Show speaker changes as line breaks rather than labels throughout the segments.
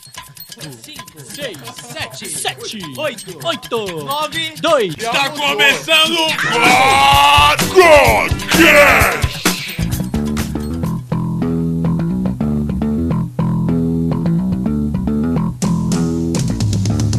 5, 6, 7,
7,
8,
8,
9,
2.
Tá começando o Podcast!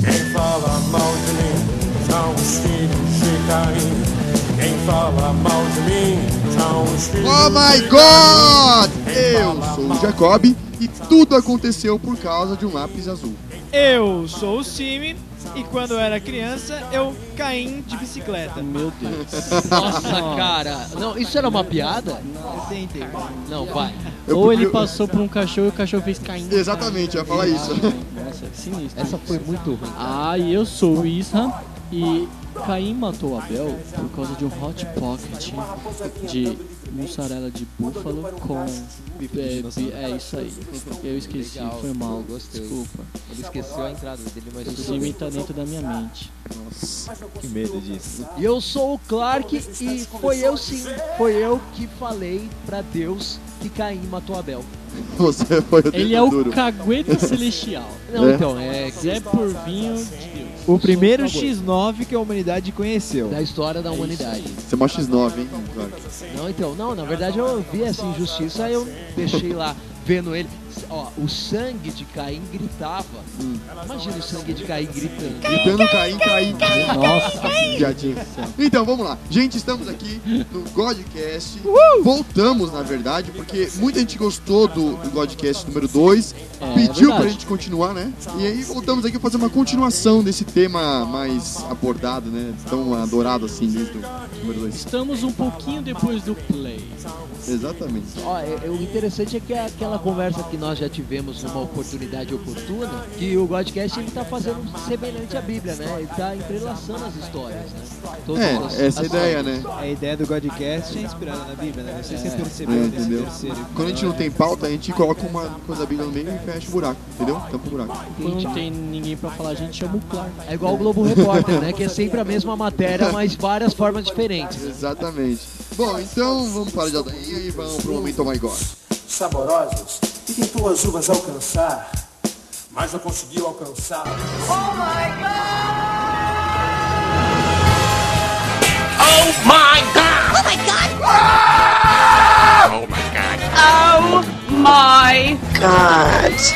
Quem fala mal de mim são os filhos de Caim. Quem fala mal de mim são os filhos
Oh my
de
god!
Caim. Quem
Eu
fala
sou
mal-
o Jacob e tudo aconteceu por causa de um lápis azul.
Eu sou o Simi e quando eu era criança eu caí de bicicleta.
Meu Deus. Nossa, cara. Não, isso era uma piada?
Eu tentei.
Não, vai.
Eu-
Ou ele
eu-
passou por um cachorro e o cachorro fez caindo.
Exatamente, eu ia falar isso.
Nossa, sinistro.
Essa foi muito ruim.
Ah, e eu sou o Isra e Caim matou Abel por causa de um hot pocket de mussarela de búfalo com. É, bi- é isso aí. Eu esqueci, foi mal.
gostei.
Desculpa.
Ele esqueceu a entrada dele, mas
O Simi tá dentro da minha mente.
que medo disso.
E eu sou o Clark e foi eu sim, foi eu que falei pra Deus que Caim matou Abel.
Você foi o
Ele
dedo
é o
duro.
cagueta celestial. Né?
Não,
É.
então, é
Zé Porvinho de Deus.
O primeiro
Sou o
X9 que a humanidade conheceu.
da história da humanidade.
Você é mó X9, hein?
Não, então, não, na verdade eu vi essa injustiça, aí eu deixei lá vendo ele. Ó, o sangue de Caim gritava.
Hum.
Imagina o sangue de Caim gritando.
Gritando cair, cair.
Nossa,
Viadinho. Então, vamos lá. Gente, estamos aqui no Godcast. Voltamos, na verdade, porque muita gente gostou do, do Godcast número 2.
É,
pediu
verdade.
pra gente continuar, né? E aí voltamos aqui pra fazer uma continuação desse tema mais abordado, né? Tão adorado assim desde o número 2.
Estamos um pouquinho depois do play.
Exatamente.
Ó, é- é- o interessante é que é aquela conversa que nós já tivemos numa oportunidade oportuna, que o Godcast ele tá fazendo semelhante à Bíblia, né? Ele tá entrelaçando as histórias, né? Todas as-
É, essa é a
as-
ideia, né?
A ideia do Godcast é inspirada na Bíblia, né? Não sei se você percebeu
É,
nesse
entendeu?
terceiro.
Quando a gente não tem pauta, a gente coloca uma coisa bem no meio e fecha o buraco, entendeu? Tampa o buraco.
Quando não tem ninguém pra falar, a gente chama o Clark.
É igual o Globo Repórter, né? Que é sempre a mesma matéria, mas várias formas diferentes.
Exatamente. Bom, então vamos parar de ladainha e vamos pro momento Oh My God.
Saborosos que tentou as uvas alcançar, mas não conseguiu alcançar.
Oh my god! Oh my god!
Oh my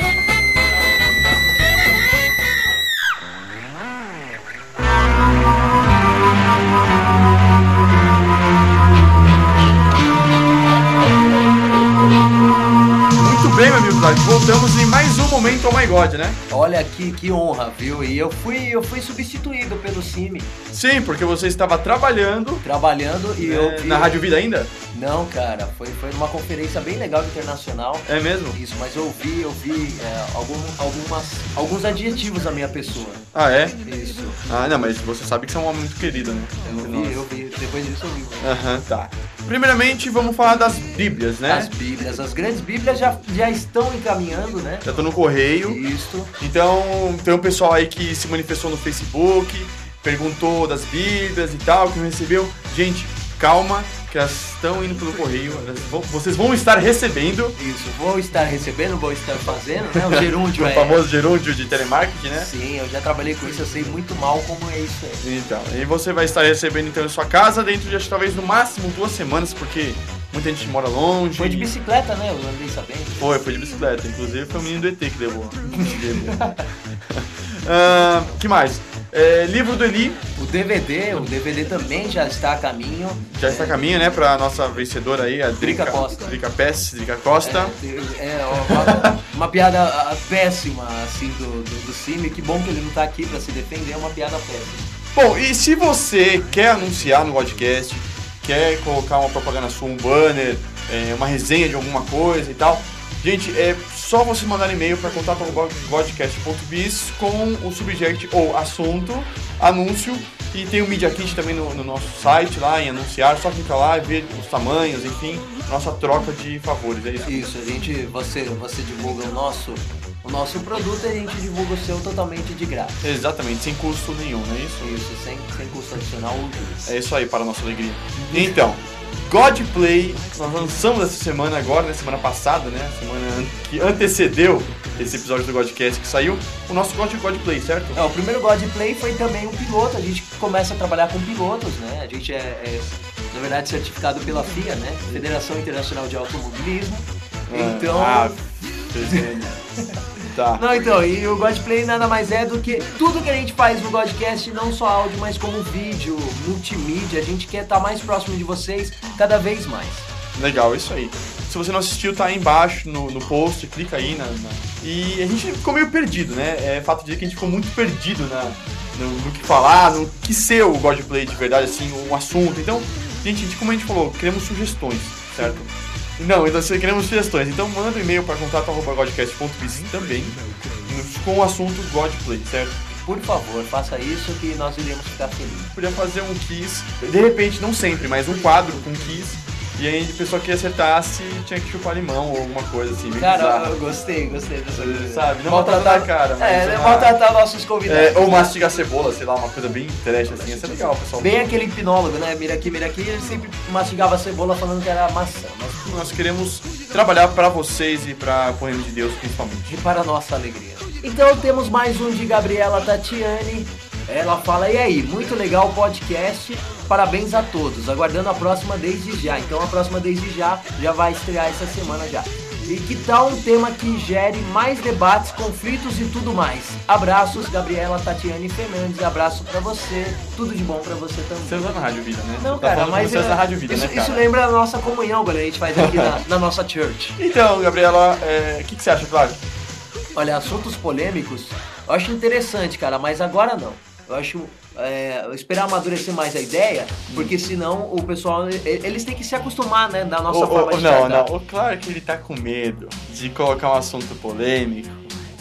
Muito bem, meu amigo Vlad. Voltamos em mais um momento Oh My God, né?
Olha que, que honra, viu? E eu fui, eu fui substituído pelo Simi,
Sim, porque você estava trabalhando
trabalhando e eu.
né,
e-
na Rádio Vida ainda?
Não, cara, foi, foi numa conferência bem legal internacional.
É mesmo?
Isso, mas eu vi, eu vi é, algum- algumas, alguns adjetivos da minha pessoa.
Ah, é?
Isso,
Ah, não, mas você sabe que você é um homem muito querido, né?
eu vi, eu vi. Depois disso eu vi.
Aham, tá. Primeiramente, vamos falar das Bíblias, né?
As bíblias, as grandes bíblias já, já estão encaminhando, né?
Já tô no correio.
Isso.
Então, tem um pessoal aí que se manifestou no Facebook, perguntou das Bíblias e tal, que não recebeu. Gente, calma, que elas estão indo pelo correio. elas vão- vocês vão estar recebendo
Isso, vou estar recebendo, vou estar fazendo, né? O gerúndio
o
é.
famoso gerúndio de telemarketing, né?
Sim, eu já trabalhei com isso, eu sei muito mal como é isso. aí.
Então, e você vai estar recebendo então em sua casa dentro de acho, talvez no máximo duas semanas, porque muita gente mora longe.
Foi de bicicleta, né? Eu andei sabendo.
Foi, foi de bicicleta. Inclusive foi o menino do ET que levou. Ah, que mais? É, livro do Eli
O DVD, o DVD também já está a caminho. É,
já está a caminho, né? Pra nossa vencedora aí, a Drica,
Drica Costa.
Drica Pes, Drica Costa.
É, é, ó, uma, uma piada ah, péssima, assim, do, do, do Cine. Que bom que ele não tá aqui pra se defender, é uma piada péssima.
Bom, e se você quer anunciar no podcast, quer colocar uma propaganda sua, um banner, é, uma resenha de alguma coisa e tal, gente, é só você mandar e-mail para contato.godcast.biz com o subject ou assunto, anúncio, e tem o Media Kit também no, no nosso site lá em anunciar, só clicar lá e ver os tamanhos, enfim, nossa troca de favores, é isso.
Isso, a gente, você, você divulga o nosso, o nosso produto e a gente divulga o seu totalmente de graça.
Exatamente, sem custo nenhum, não é isso?
Isso, sem, sem custo adicional ou juros.
É isso aí, para a nossa alegria. Então, Godplay, nós lançamos essa semana agora, né? Semana passada, né? Semana an- que antecedeu esse episódio do Godcast que saiu, o nosso God Godplay, certo?
É, o primeiro Godplay foi também um piloto. A gente começa a trabalhar com pilotos, né? A gente é, é, na verdade, certificado pela FIA, né? Federação Internacional de Automobilismo. Então.
Ah, tá.
Não, então, e o Godplay nada mais é do que tudo que a gente faz no Godcast, não só áudio, mas como vídeo, multimídia. A gente quer estar mais próximo de vocês cada vez mais.
Legal, é isso aí. Se você não assistiu, tá aí embaixo no, no post, clica aí. Na, na- E a gente ficou meio perdido, né? É fato de que a gente ficou muito perdido na, no, no que falar, no que ser o Godplay de verdade, assim, um assunto. Então, gente, de- como a gente falou, queremos sugestões, certo? Não, então se queremos sugestões. Então manda um e-mail para contato.godcast.biz também no- com o assunto Godplay, certo?
Por favor, faça isso que nós iremos ficar felizes.
Podia fazer um quiz, de repente, não sempre, mas um quadro com quiz. E aí o pessoal que acertasse tinha que chupar limão ou alguma coisa assim. meio
Cara,
bizarro.
eu gostei, gostei dessa coisa.
Sabe? Não maltratar, cara. mas,
É,
ah,
maltratar nossos convidados.
é, ou mastigar cebola, sei lá, uma coisa bem trash assim. Isso é legal, pessoal.
Bem aquele hipnólogo, né? Mira aqui, mira aqui, ele sempre mastigava a cebola falando que era maçã, mas
Nós queremos trabalhar pra vocês e pra o reino de Deus, principalmente.
e para a nossa alegria. Então temos mais um de Gabriela Tatiane. Ela fala, e aí, muito legal o podcast, parabéns a todos, aguardando a próxima desde já. Então a próxima desde já já vai estrear essa semana já. E que tal um tema que gere mais debates, conflitos e tudo mais? Abraços, Gabriela Tatiane Fernandes, abraço pra você, tudo de bom pra você também.
Você usa na Rádio Vida, né?
Não,
Tá
cara,
falando
mas
com vocês
é-
na Rádio Vida,
isso,
né, cara?
isso lembra a nossa comunhão, galera, a gente faz aqui na, na nossa church.
Então, Gabriela, é, o que, que você acha, Flávio?
Olha, assuntos polêmicos, eu acho interessante, cara, mas agora não. Eu acho é, esperar amadurecer mais a ideia,
Hum.
porque senão o pessoal, e- eles têm que se acostumar, né, da nossa
Ô, ô,
forma
ô,
de
não,
tratar.
não. Ô, claro que ele tá com medo de colocar um assunto polêmico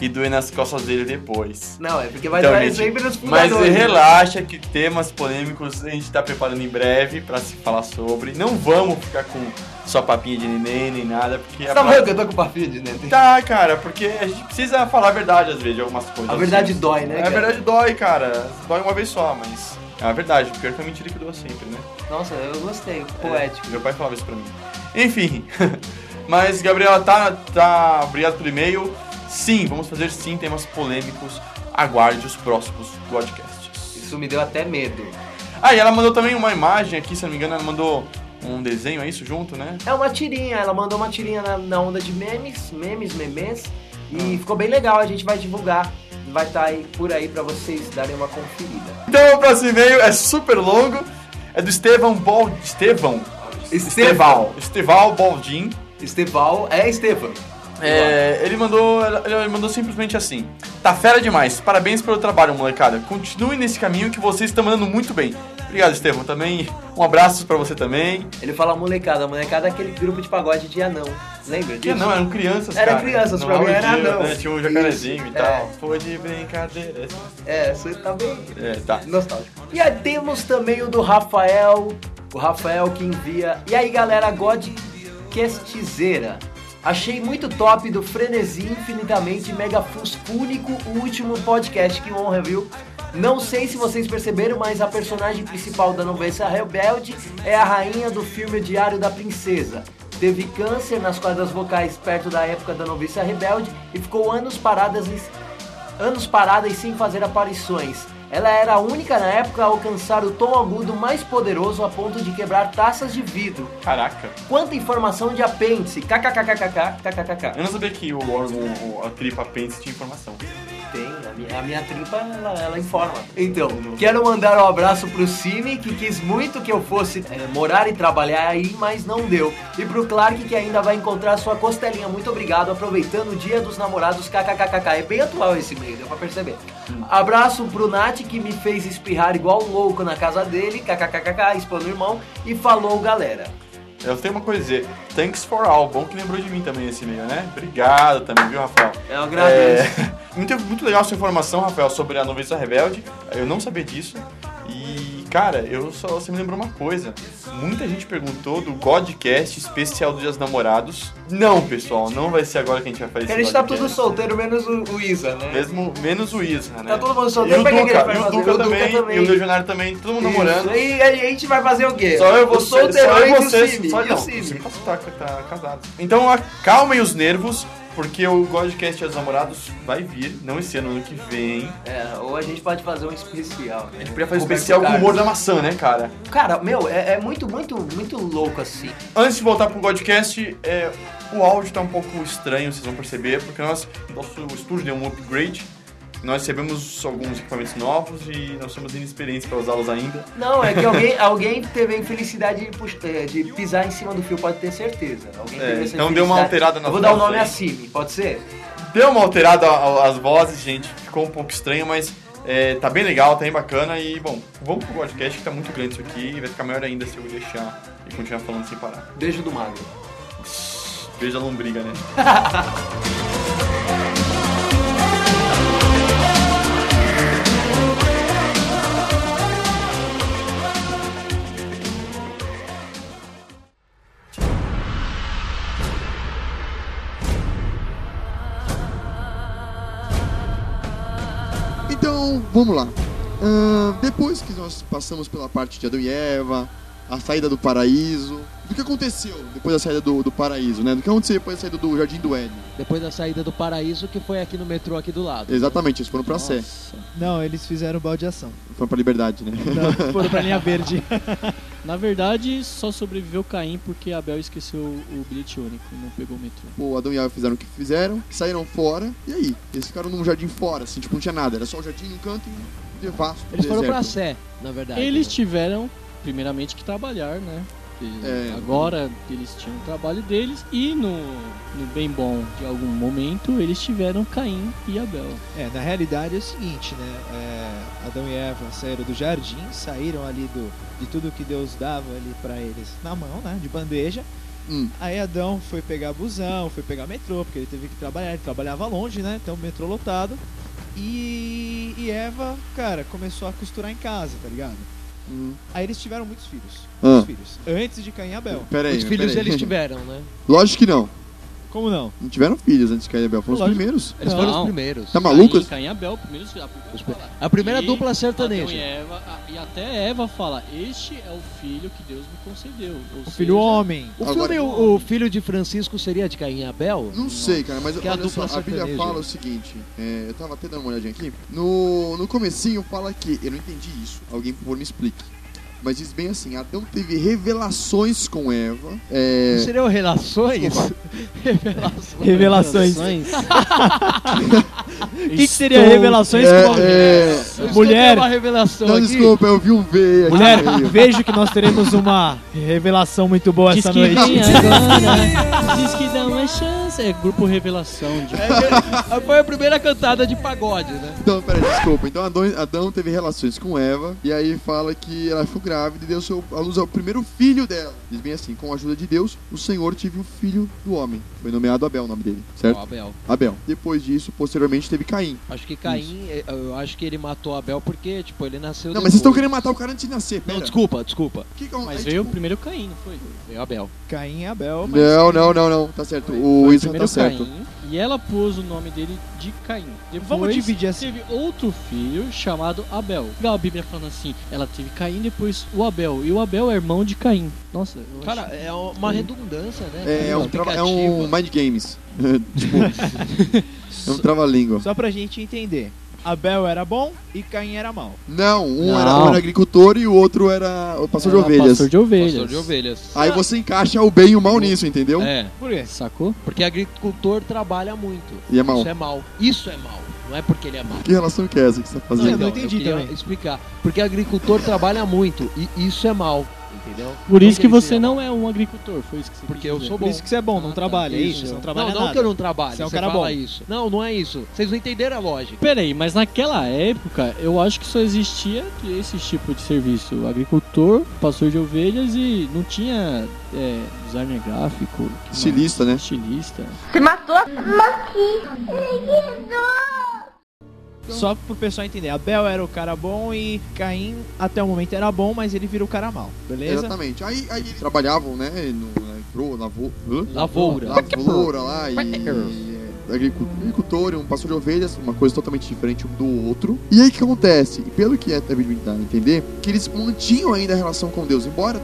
e doer nas costas dele depois.
Não, é porque vai
Então,
dar
gente,
sempre nos
Mas
fundadores. né?
relaxa que temas polêmicos a gente tá preparando em breve pra se falar sobre. Não vamos ficar com só papinha de neném nem nada, porque
Você tá vendo que eu tô com né? papinha de neném?
Tá, cara, porque a gente precisa falar a verdade às vezes de algumas coisas.
A verdade dói, né,
É, A
cara?
verdade dói, cara. Dói uma vez só, mas é a verdade. Pior que a mentira que doa sempre, né?
Nossa, eu gostei,
É,
poético.
meu pai falava isso pra mim. Enfim. Mas, Gabriela, tá, tá. Obrigado pelo e-mail. Sim, vamos fazer sim temas polêmicos. Aguarde os próximos podcasts.
Isso me deu até medo.
Ah, e ela mandou também uma imagem aqui, se eu não me engano, ela mandou um desenho, é isso junto, né?
É uma tirinha, ela mandou uma tirinha na, na onda de memes, memes, memes, e ficou bem legal, a gente vai divulgar, vai estar aí por aí pra vocês darem uma conferida.
Então, o próximo e-mail é super longo. É do Estevão Bald... Estevão?
Estevão.
Esteval Baldin.
Esteval é Estevam.
É, ele mandou ele mandou simplesmente assim: Tá fera demais, parabéns pelo trabalho, molecada. Continue nesse caminho que vocês estão mandando muito bem. Obrigado, Estevão, também. Um abraço pra você também.
Ele fala molecada, molecada é aquele grupo de pagode de anão. Lembra disso?
Que não, eram crianças,
Era
cara.
crianças,
Não
pra mim
era
era
dia,
anão.
né? Tinha um jacarezinho e
Isso,
tal.
é.
Foi de brincadeira.
É, você tá bem
É, tá.
nostálgico. E aí temos também o do Rafael, o Rafael que envia. E aí galera, Godcastizeira. Achei muito top do Frenesi Infinitamente Mega Fusco Único, o último podcast que honra, viu? Não sei se vocês perceberam, mas a personagem principal da novela Rebelde é a rainha do filme O Diário da Princesa. Teve câncer nas cordas vocais perto da época da novícia rebelde e ficou anos paradas e- anos parada e sem fazer aparições. Ela era a única na época a alcançar o tom agudo mais poderoso a ponto de quebrar taças de vidro.
Caraca.
Quanta informação de apêndice! KKKKKK, KKKK.
Eu não sabia que o órgão, o- a tripa apêndice tinha informação.
Tem, a minha, a minha tripa, ela, ela informa. Então, quero mandar um abraço pro Cine, que quis muito que eu fosse eh, morar e trabalhar aí, mas não deu. E pro Clark, que ainda vai encontrar sua costelinha. Muito obrigado, aproveitando o dia dos namorados, kkkk. É bem atual esse meio, deu pra perceber. Abraço pro Nath, que me fez espirrar igual um louco na casa dele, kkkk, expondo o irmão, e falou, galera.
Eu tenho uma coisa a dizer. Thanks for all. Bom que lembrou de mim também esse e-mail, né? Obrigado também, viu, Rafael?
Eu agradeço.
É, muito, muito legal sua informação, Rafael, sobre a Noviça Rebelde. Eu não sabia disso. E, Cara, eu só você me lembrou uma coisa. Muita gente perguntou do Godcast especial do Dias Namorados. Não, pessoal, não vai ser agora que a gente vai fazer
Porque
esse
a gente tá
Godcast.
tudo solteiro, menos o, o Isa, né?
Mesmo, menos o Isra, né?
Tá todo mundo
E
solteiro,
o
pra que que
Duca,
ele vai
e o
fazer?
Duca também, e o Legionário também, todo mundo namorando.
Isso. é E aí a gente vai fazer o quê?
Só eu vou
o solteiro
só eu
e
vou
o
ser-
Cine.
só-
e
não,
o
o Cine
Cine.
tá, tá- tá casado. Então acalmem os nervos, porque o Godcast dos Namorados vai vir, não esse ano, ano que vem.
É, ou a gente pode fazer um especial. Né? A gente
Podia fazer um especial com o humor da maçã, né, cara?
Cara, meu, é, é muito, muito, muito louco assim.
Antes de voltar pro Godcast, é, o áudio tá um pouco estranho, vocês vão perceber, porque nós, nosso estúdio deu um upgrade. Nós recebemos alguns equipamentos novos e nós somos inexperientes para usá-los ainda.
Não, é que alguém, alguém teve a infelicidade de, pux- eh, de pisar em cima do fio, pode ter certeza. Alguém
É,
teve essa
então deu uma
infelicidade.
alterada na
Eu vou dar o
voz
nome
aí.
a Cine, pode ser?
Deu uma alterada a- as vozes, gente. Ficou um pouco estranho, mas é, tá bem legal, tá bem bacana. E, bom, vamos pro podcast que tá muito grande isso aqui e vai ficar maior ainda se eu deixar e continuar falando sem parar.
Beijo do Magro.
Veja a lombriga, né?
Então, vamos lá. Ahn, depois que nós passamos pela parte de Adão e Eva, a saída do paraíso, do que aconteceu depois da saída do, do paraíso, né? Do que aconteceu depois da saída do Jardim do Éden.
Depois da saída do paraíso, que foi aqui no metrô aqui do lado.
Exatamente, eles foram pra Sé,
Não, eles fizeram baldeação.
foram pra Liberdade, né?
Não, foram pra linha verde.
Na verdade, só sobreviveu Caim porque Abel esqueceu o bilhete único, não pegou o metrô.
Pô, Adão e Eva fizeram o que fizeram, saíram fora, e aí? Eles ficaram num jardim fora, assim, tipo, não tinha nada, era só o jardim, um canto e um devasto.
Eles foram pra
deserto.
Sé, na verdade. né?
Eles tiveram, primeiramente, que trabalhar, né? E
É.
Agora eles tinham o trabalho deles e no, no bem bom de algum momento eles tiveram Caim e Abel.
É, na realidade é o seguinte, né? É, Adão e Eva saíram do jardim, saíram ali do, de tudo que Deus dava ali pra eles na mão, né? De bandeja.
Hum.
Aí Adão foi pegar busão, foi pegar metrô, porque ele teve que trabalhar, ele trabalhava longe, né? Então metrô lotado. E, e Eva, cara, começou a costurar em casa, tá ligado?
Hum.
Aí eles tiveram muitos filhos.
Ah,
Muitos filhos. Antes de Caim e Abel.
pera aí,
Os filhos
pera aí.
eles tiveram, né?
Lógico que não.
Como não?
Não tiveram filhos antes de Caim e Abel, foram os
Lógico.
primeiros.
Eles
Não.
foram os primeiros.
Tá maluco?
Caim, Caim e Abel, primeiro a primeira,
A primeira
E
dupla
Adão e
sertaneja.
Eva, a- e até Eva fala: Este é o filho que Deus me concedeu. Ou
O filho homem.
O
Agora-
filme O o Filho de Francisco seria de Caim e Abel?
Não sei, cara, mas
Que é a
olha só,
dupla
a Bíblia
sertaneja.
fala o seguinte, é, eu tava até dando uma olhadinha aqui, no, no comecinho fala que, eu não entendi isso, alguém por favor me explique. Mas diz bem assim, Adão teve revelações com Eva,
Não
é,
seriam relações? Revelações.
Revelações. O que, que seria
Estou-
revelações
É,
com
é.
Eu estou
Mulher.
tendo uma revelação
não,
aqui.
desculpa, eu vi um V aqui.
Mulher,
Ah,
no meio.
vejo que nós teremos uma revelação muito boa
Diz
essa
que
noite.
vem
né?
agora, diz que dá uma chance. É grupo Revelação de
Ah, Foi a primeira cantada de pagode, né?
Então, peraí, desculpa. Então, Adão, Adão teve relações com Eva, e aí fala que ela ficou grávida e deu seu, à luz ao primeiro filho dela. Diz bem assim, com a ajuda de Deus, o Senhor tive um filho do homem. Foi nomeado Abel o nome dele, certo?
Ó, Abel.
Abel. Depois disso, posteriormente, teve Caim.
Acho que Caim, eh, eu acho que ele matou Abel porque, tipo, ele nasceu
Não, mas vocês estão
depois.
querendo matar o cara antes de nascer, pera.
Não, desculpa, desculpa.
Que que é um-
Mas
aí,
veio o
tipo,
primeiro Caim, não foi?
Veio Abel.
Caim e Abel, mas
Não, não, não, não. Tá certo. O
Foi
Isra tá
primeiro
certo.
Caim, e ela pôs o nome dele de Caim. Depois,
Vamos dividir assim.
Teve outro filho chamado Abel. Legal, a Bíblia falando assim, ela teve Caim, depois o Abel. E o Abel é irmão de Caim. Nossa, eu
Cara, é uma redundância, né?
É, é um, trava- é um
Explicativa.
Mind Games. tipo, é um trava-língua.
só pra gente entender. Abel era bom e Caim era mau.
Não, um, Era,
Não.
um era agricultor e o outro era o pastor de
Ela é
ovelhas.
Pastor de ovelhas.
Pastor de ovelhas.
Aí você encaixa o bem e o mal nisso, entendeu?
É,
Por quê?
Sacou?
porque agricultor trabalha muito.
E é mal.
Isso é mal. Isso é mal. Não é porque ele é mal.
Que relação que é essa que você tá
Não,
fazendo?
então,
não entendi
eu queria
também.
explicar. Porque agricultor trabalha muito e isso é mal, entendeu?
Por isso
Porque
que
ele
você
seria
não
mal.
é um agricultor, foi isso que você
Porque
quis
eu
dizer.
sou
Por
bom.
isso que você é bom,
Ah,
não
tá.
trabalha. É isso,
Isso.
você não
Não,
trabalha
não
nada.
que eu não trabalho,
Você
você,
é um cara
fala
bom.
isso. Não, não é isso. Vocês não entenderam a lógica.
Peraí, mas naquela época eu acho que só existia esse tipo de serviço: agricultor, pastor de ovelhas e não tinha é, designer gráfico, que mais?
Estilista, né?
estilista.
Se matou?
Então-
Só pro pessoal entender, Abel era o cara bom e Caim até o momento era bom, mas ele vira o cara mal, beleza?
Exatamente. Aí, aí eles trabalhavam, né? No, na pro, lavo, hã?
Lavoura.
né?
lavoura lá e. é, agricu- Agricultor, um pastor de ovelhas, uma coisa totalmente diferente um do outro. E aí o que acontece? E pelo que é até me dá a entender, que eles mantinham ainda a relação com Deus, embora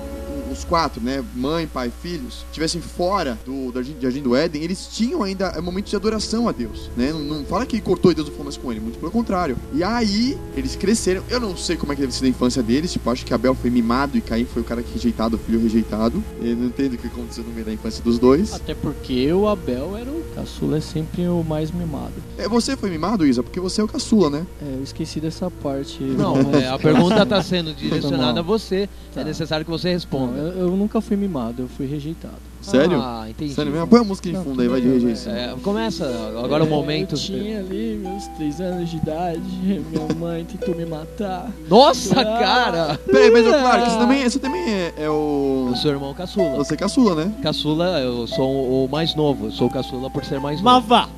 os quatro, né, mãe, pai, filhos, estivessem fora do, do jardim, jardim do Éden, eles tinham ainda é, momentos de adoração a Deus, né? Não, não fala que cortou e Deus não falou mais com ele, muito pelo contrário. E aí, eles cresceram. Eu não sei como é que deve ser a infância deles, tipo, acho que Abel foi mimado e Caim foi o cara que rejeitado, o filho rejeitado. Eu não entendo o que aconteceu no meio da infância dos dois.
Até porque o Abel era o caçula, é sempre o mais mimado.
É, você foi mimado, Isa, porque você é o caçula, né?
É, eu esqueci dessa parte.
Não, é, a pergunta está sendo
Tá
direcionada a você. É necessário que você
Bom,
responda.
eu, eu nunca fui mimado, eu fui rejeitado.
Sério?
Ah, entendi.
Sério mesmo? Põe a música de fundo aí, vai de rejeição.
É, começa agora o
É,
momento.
Eu tinha ali meus 3 anos de idade, minha mãe tentou me matar. Ah!
Nossa, cara!
Peraí, mas é claro
Ah.
que isso também, isso também é, é o.
Eu sou irmão caçula.
Você é caçula, né?
Caçula, eu sou o mais novo. Eu sou caçula por ser mais novo.
Mavá!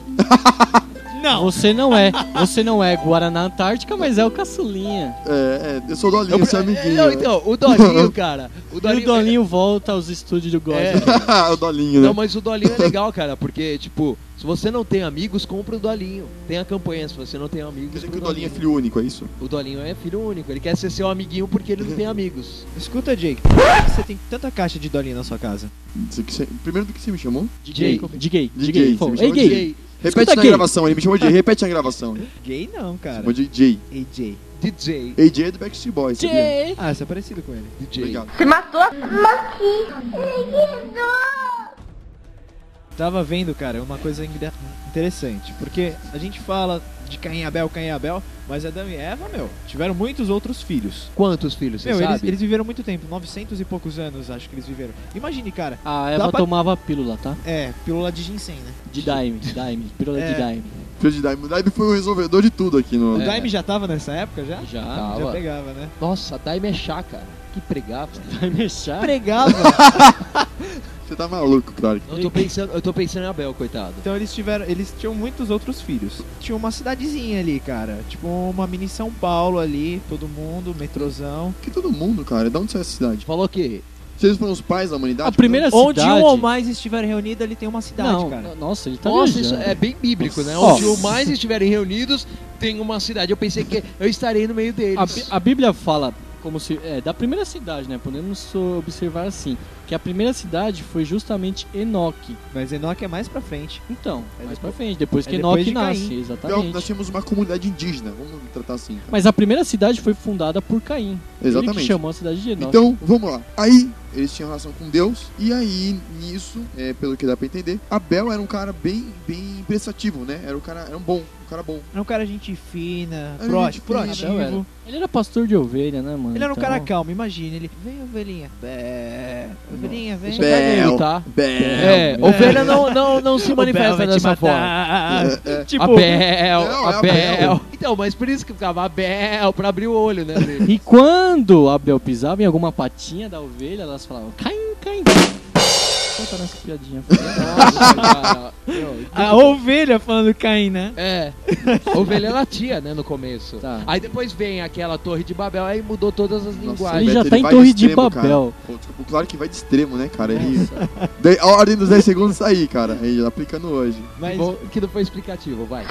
não!
Tá. Você não é, você não é Guaraná Antártica, mas é o caçulinha.
É, é, eu sou do Alinho,
Eu-
seu amiguinho.
Não, então, o Dolinho, cara. O
E o
Dolinho,
Dolinho volta aos estúdios do God.
É.
o Dolinho, né?
Não, mas o Dolinho é legal, cara, porque, tipo, se você não tem amigos, compra o Dolinho. Tem a campanha, se você não tem amigos.
Quer dizer que
compra
o Dolinho é filho único, é isso?
O Dolinho é filho único, ele quer ser seu amiguinho porque ele não tem amigos.
É.
Escuta, Jake, por que você tem tanta caixa de dolinho na sua casa?
Isso que você- Primeiro do que você me chamou?
De gay, de gay,
De
de gay.
gay,
pô.
você me
Ei,
chamou de
gay.
gay. Repete
Escuta
na
aqui.
gravação, ele me chamou de repete na gravação. Ele
Gay não, cara.
chamou de Jay.
AJ.
DJ,
AJ é do Backstreet Boys, sabia?
Gay.
Ah, você é parecido com ele.
DJ.
Obrigado.
Tava vendo, cara, uma coisa ainda interessante. Porque a gente fala de Caim e Abel, Caim e Abel, mas Adão e Eva, meu, tiveram muitos outros filhos.
Quantos filhos, você
meu, eles,
sabe?
eles viveram muito tempo, 900 e poucos anos, acho que eles viveram. Imagine, cara,
A Ah, Eva
Dá pra-
tomava pílula, tá?
é, pílula de ginseng, né?
De daime, daime, pílula
É.
de daime.
Filho de Daime. O Daime foi o resolvedor de tudo aqui no.
O Daime já tava nessa época, já?
Já.
Já
É. Tava.
pegava, né?
Nossa, a Daime é chá, cara. Que pregava.
Vai
Ah,
mexer.
Pregava.
Você tá maluco, cara.
Eu tô pensando, eu tô pensando em Abel, coitado.
então eles tiveram, eles tinham muitos outros filhos. Tinha uma cidadezinha ali, cara, tipo uma mini São Paulo ali, todo mundo, metrozão.
Que todo mundo, cara. Da onde saiu essa cidade?
Falou que
Vocês foram os pais da humanidade?
A primeira
Onde
cidade...
um ou mais estiver reunido, ele tem uma cidade,
Não,
cara.
nossa, ele tá
Nossa, isso
viajando.
é bem bíblico, né?
Ó.
Onde os mais estiverem reunidos, tem uma cidade. Eu pensei que eu estarei no meio
A,
deles.
Bí- a Bíblia fala como se é da primeira cidade, né? Podemos observar assim que a primeira cidade foi justamente Enoque.
Mas Enoch é mais pra frente.
Então,
É depois-
mais pra frente, depois
é
que
depois
Enoque
de Caim.
nasce,
Então,
exatamente.
nós tínhamos uma comunidade indígena. Vamos tratar assim.
Mas a primeira cidade foi fundada por Caim. Ele que né?
Exatamente.
chamou a cidade de Enoque.
Então, vamos lá. Aí, eles tinham relação com Deus, e aí, nisso, é, pelo que dá pra entender, Abel era um cara bem, bem prestativo, né? Era um cara, era um bom, um cara bom.
Era um cara gente fina,
Era gente
proati-
fina,
proativo.
Abel era. Ele era pastor de ovelha, né, mano?
Ele era um
tá, Então,
cara calmo, imagina. Ele, vem ovelhinha. Bé. Ovelhinha, vem.
Isso é
Bel.
Caim, tá?
Bel.
É,
Bel.
ovelha não, não, não se
O Bel
manifesta
vai te
dessa forma.
matar.
É, é.
Tipo,
Abel,
Não, é
Abel.
Abel.
Então, mas por isso que ficava Abel, pra abrir o olho, né? dele.
E quando Abel pisava em alguma patinha da ovelha, elas falavam Caim, Caim. Conta nessa piadinha.
Nossa, cara. Meu,
a ovelha falando Caim, né?
É, a ovelha latia, né, no começo.
Tá.
Aí depois vem aquela Torre de Babel, aí mudou todas as linguagens.
Ele já
Beto,
tá
ele
em
vai de
Torre de
extremo,
Babel.
Pô, desculpa, claro que vai de extremo, né, cara? Ele,
É.
Dei- a ordem dos 10 segundos tá aí, cara. Ele aplicando hoje.
Que
Mas
bom que não foi explicativo, vai.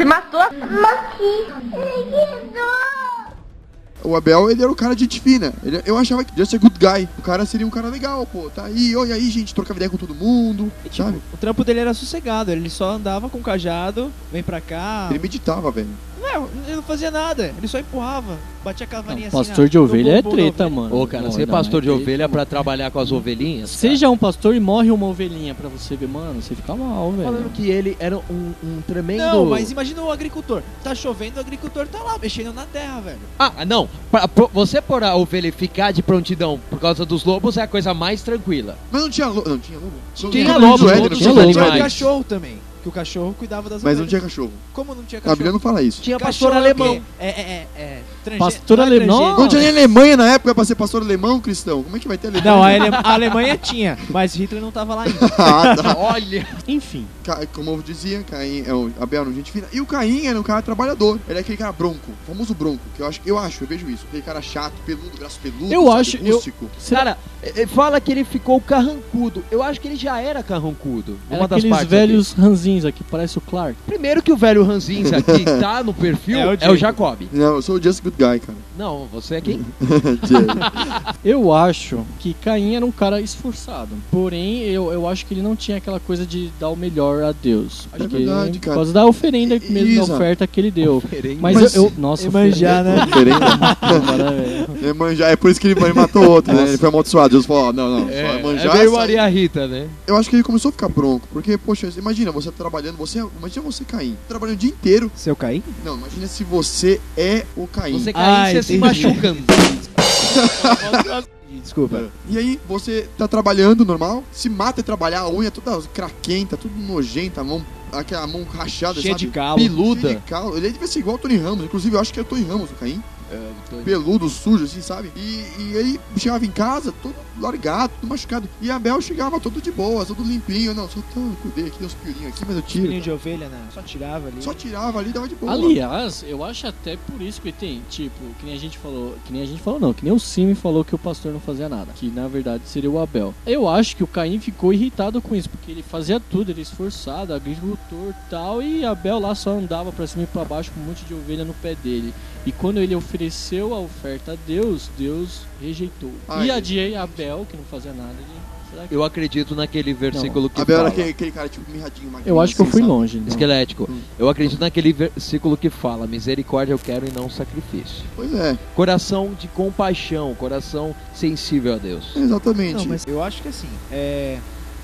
O Abel, ele era o cara de gente fina. Ele- eu achava que ia ser good guy. O cara seria um cara legal, pô. Tá aí, olha aí, gente, trocava ideia com todo mundo, sabe?
o trampo dele era sossegado. Ele só andava com o cajado, vem pra cá.
Ele meditava, velho.
Não, ele não fazia nada. Ele só empurrava. Batia a
Não,
cavalinha assim.
pastor
na-
de
no
ovelha é
bumbum da
treta,
ovelha.
mano.
Ô, cara,
Não,
ser
não,
pastor
é
de
treta.
ovelha pra trabalhar com as ovelhinhas? cara?
Seja um pastor e morre uma ovelhinha pra você ver, mano, você fica mal,
Falando
velho.
que ele era um, um tremendo...
Não, mas imagina o agricultor. Tá chovendo, o agricultor tá lá, mexendo na terra, velho.
Ah, não. Pra- pro- você pôr a ovelha e ficar de prontidão por causa dos lobos é a coisa mais tranquila.
Mas não tinha lobo. um Não tinha lobo.
Tinha
Não
lobo,
do Éden,
lobo,
não tinha
tinha lobo.
lobo.
Tinha
demais.
cachorro também. que o cachorro cuidava das
Mas
ovelhas.
não tinha cachorro.
Como não tinha
A Bíblia
cachorro?
não fala isso.
Tinha
pastor alemão.
É, é, é. é transgê-
Pastor
não é
alemão?
transgênico.
Não tinha nem Alemanha na época pra ser pastor alemão, cristão. Como é que vai ter Alemanha?
Não, a, Ale- a Alemanha tinha, mas Hitler não tava lá ainda.
Ah, tá.
Olha,
Enfim,
Ca- Como eu dizia, Caim é um Abel, é um gente fina. E o Caim era um cara trabalhador. Ele é aquele cara bronco, famoso bronco. Que eu acho, eu acho, eu vejo isso. Aquele cara chato, peludo, braço peludo,
Eu
sabe,
acho- eu-
rústico.
cara, eh, eh, fala que ele ficou carrancudo. Eu acho que ele já era carrancudo.
era
uma das
aqueles
partes
velhos ranzinza que parece o Clark.
aqui. Primeiro que o velho Ranzinza que tá no perfil
É o
é o,
Diego.
Jacob.
Não, eu sou o Just Good Guy, cara.
Não, você é quem?
Jay.
Eu acho que Caim era um cara esforçado. Porém, eu, eu acho que ele não tinha aquela coisa de dar o melhor a Deus. Acho
É
que
verdade,
ele-
cara.
Por causa da oferenda
I-
mesmo,
Isa.
da oferta que ele deu. Mas,
Mas-
eu, eu- Nossa,
Emanjá, né?
é Oferenda.
oferenda, maravilha.
É manjar, é por isso que ele matou o outro, né? Ele foi amaldiçoado. Deus falou, ó, não, não, só é manjar.
veio
essa-
Maria Rita, né?
Eu acho que ele começou a ficar bronco, porque, poxa, imagina você trabalhando, você, imagina você Caim, trabalhando o dia inteiro.
Se eu cair?
Não, imagina se você é o Caim.
Você
Ah,
caiu você se
entendi.
machucando.
Desculpa.
E aí, você tá trabalhando normal, se mata e trabalhar, a unha é toda craquenta, tudo nojenta, a mão, aquela mão rachada,
Cheia
sabe?
de calo.
Cheia
Piluda.
de calo. Ele é, devia ser igual o Tony Ramos, inclusive eu acho que é o Tony Ramos, o Caim.
É,
Peludo, sujo, assim, sabe? E, e ele chegava em casa todo largado, todo machucado. E a Bel chegava todo de boa, todo limpinho. Não, só tô, cuidei aqui, deu uns piorinhos aqui, mas eu tiro.
Filhinho de ovelha, né? Só tirava ali.
Só tirava ali e dava de boa.
Aliás, eu acho até por isso que tem, tipo, que nem a gente falou, que nem a gente falou não, que nem o Simi falou que o pastor não fazia nada, que na verdade seria o Abel. Eu acho que o Caim ficou irritado com isso, porque ele fazia tudo, ele esforçado, agricultor tal, e Abel lá só andava pra cima e pra baixo com um monte de ovelha no pé dele. E quando ele ofereceu a oferta a Deus, Deus rejeitou.
Ai,
e adiei Abel, que não fazia nada, ele... Será que...
Eu acredito naquele versículo que
A Bel era
fala.
aquele, aquele cara, tipo, mirradinho, magrinho,
Eu acho que eu
assim,
fui
sabe?
longe, né?
Esquelético.
Hum.
Eu acredito naquele versículo que fala: misericórdia eu quero e não sacrifício.
Pois é,
Coração de compaixão, coração sensível a Deus.
exatamente.
Não, mas eu acho que assim, é.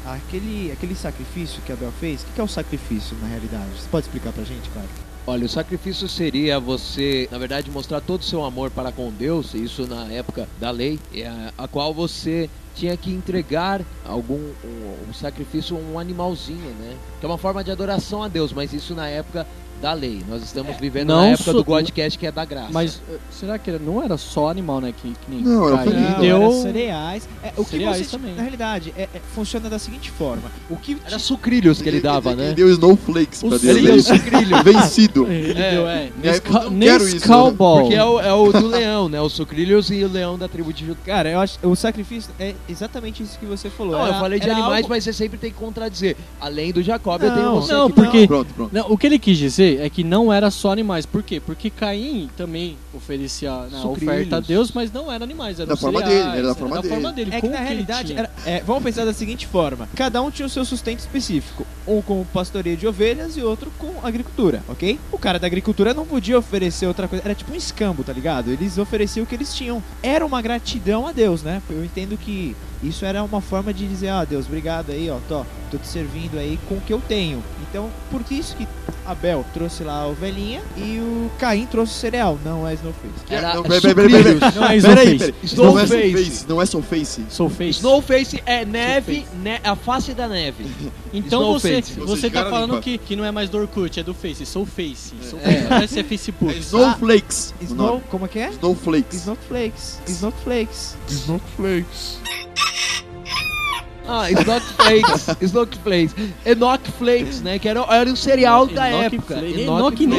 Aquele, aquele sacrifício que Abel fez, o que, que é o sacrifício na realidade? Você pode explicar pra gente, cara?
Olha, o sacrifício seria você, na verdade, mostrar todo o seu amor para com Deus, isso na época da lei, é, a qual você tinha que entregar algum um, um sacrifício, um animalzinho, né? Que é uma forma de adoração a Deus, mas isso na época da lei. Nós estamos vivendo
não
na época
sou-
do podcast que é da graça.
Mas eh, será que era- não era só animal, né? Que, que nem
Não, era
Caim
Não, comida.
deu.
era cereais. É, o que
Cereais
você,
também.
Na realidade, é- é- funciona da seguinte forma. O que
era sucrilhos que ele dava,
Ele
né?
deu snowflakes pra
O
Deus.
Ele deu um
isso.
sucrilho.
Vencido.
Ele
É.
deu, é.
E aí, eu não quero isso, né?
Nescauball.
Porque é o, é o do leão, né? Os sucrilhos e o leão da tribo de Judá.
Cara, eu acho, o sacrifício é exatamente isso que você falou.
Não, eu
Era-
falei de
era
animais,
algo-
mas você sempre tem que contradizer. Além do Jacob, eu
Não,
tenho você
Não,
que
porque.
né? Pronto, pronto.
Não, o que ele quis dizer é que não era só animais. Por quê? Porque Caim também oferecia na
Sucrilhos.
oferta a Deus, mas não era animais, era
Da forma dele, era da forma dele.
É que na realidade, era- é, vamos pensar da seguinte forma: cada um tinha o seu sustento específico, um com pastoreio de ovelhas e outro com agricultura, ok? O cara da agricultura não podia oferecer outra coisa, era tipo um escambo, tá ligado? Eles ofereciam o que eles tinham. Era uma gratidão a Deus, né? Eu entendo que isso era uma forma de dizer: ah, Deus, obrigado aí, ó, tô, tô te servindo aí com o que eu tenho. Então, por que isso que Abel trouxe lá a ovelhinha e o Caim trouxe o cereal? Não é Snowface.
Era
Não, peraí, peraí, peraí, peraí.
Não é
Peraí,
Snowface.
peraí.
Snowface.
Não é Soulface, não é Soulface.
Soulface.
Snowface é neve,
né,
ne- a face da neve.
Então você,
Snowface.
você,
Vocês
tá
chegaram a
falando
limpar.
que, que não é mais do Orkut, é do Face. Soulface. Soulface. Parece ser Facebook.
É Snowflakes. o
Snow,
nome.
como é que é?
Snowflakes.
Snowflakes. Snowflakes.
Ah, Snockflakes, Snockflakes. Enockflakes, né? Que era, era
um
o cereal da época.
Enoch nem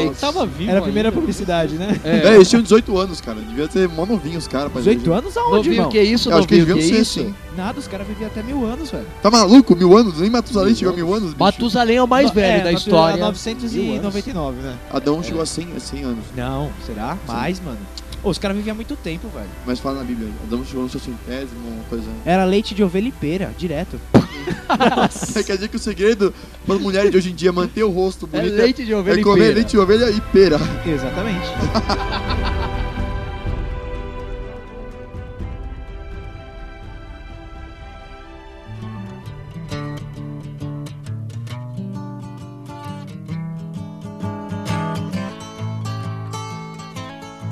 Enockflakes.
tava vivo.
Era a primeira
ainda.
publicidade, né?
É, eles tinham 18 anos, cara. Devia ter mó novinho os caras. pra gente.
18 É anos aonde,
Novinho
irmão?
é
que isso,
Eu acho que eles
novinho que,
deviam ser,
isso.
sim.
Nada, os caras viviam até mil anos, velho.
Tá maluco? Mil anos? Nem Matusalém chegou a mil anos, bicho.
Matusalém é o mais
No-
velho
é,
da
natu-
história.
999, né?
Adão chegou a 100, a 100 anos.
Não, será? Mais, mano. Ô, os caras viviam muito tempo, velho.
Mas fala na Bíblia. Adão chegou no seu centésimo, uma coisa. assim.
Era leite de ovelha e pera, direto.
Quer dizer que o segredo para mulheres de hoje em dia manter o rosto
É
bonito é,
leite de ovelha e
comer
pera.
leite de ovelha e pera.
Exatamente.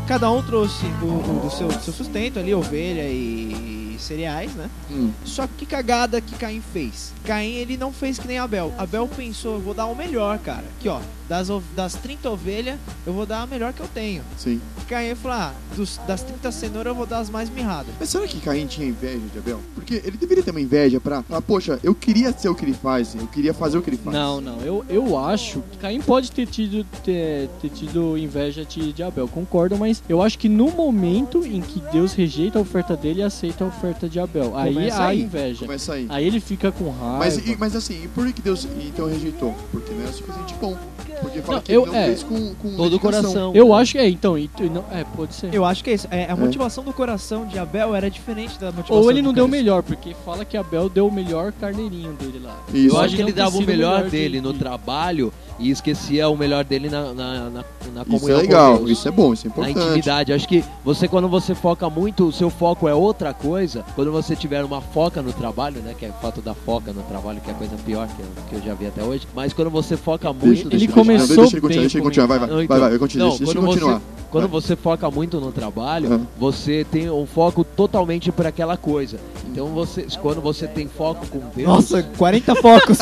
Cada um trouxe do, do- do seu, do seu sustento ali, ovelha e cereais, né?
Hum.
Só que cagada que Caim fez. Caim, ele não fez que nem Abel. Abel pensou, eu vou dar o melhor, cara. Aqui, ó, das, ov- das 30 ovelhas, eu vou dar a melhor que eu tenho.
Sim.
Caim falou, ah, dos- das 30 cenouras, eu vou dar as mais mirradas.
Mas será que Caim tinha inveja de Abel? Porque ele deveria ter uma inveja pra falar, poxa, eu queria ser o que ele faz, eu queria fazer o que ele faz.
Não, não. Eu, eu acho que Caim pode ter tido, ter, é, ter tido inveja de, de Abel, concordo, mas eu acho que no momento em que Deus rejeita a oferta dele e aceita a oferta de Abel, aí
Começa
há
aí.
inveja.
Começa aí.
Aí ele fica com raiva.
Mas, e- mas assim, e por que Deus então rejeitou? Porque não era suficiente bom. Porque fala
Não,
que
eu-
ele não
é,
fez com, com
Todo o
dedicação.
coração.
Eu acho que é, então. e tu- não, é, pode ser.
Eu acho que é isso. É, a motivação do coração de Abel era diferente da motivação
Ou ele
do
não deu o
Caim.
melhor, porque fala que Abel deu o melhor carneirinho dele lá.
Isso.
Eu
Pode
acho que
não
ele
ter
dava o
sido o
melhor
melhor
dele
de-
no
de-
trabalho e esquecia o melhor dele na, na, na, na
Isso
comunhão
é
com
legal,
Deus.
isso é bom, isso é
Na
importante.
intimidade, acho que você quando você foca muito, o seu foco é outra coisa. Quando você tiver uma foca no trabalho, né, que é o fato da foca no trabalho, que é a coisa pior que eu, que eu já vi até hoje. Mas quando você foca muito,
ele
eu
começou
continuar, deixa ele continuar,
bem
deixa ele continuar, vai, vai,
Não, então.
vai, vai, continua,
Não,
deixa, deixa ele
quando você-
continuar.
Quando você foca muito no trabalho,
Uhum.
você tem um foco totalmente para aquela coisa. Então você, quando você tem foco com Deus,
Nossa, 40 focos.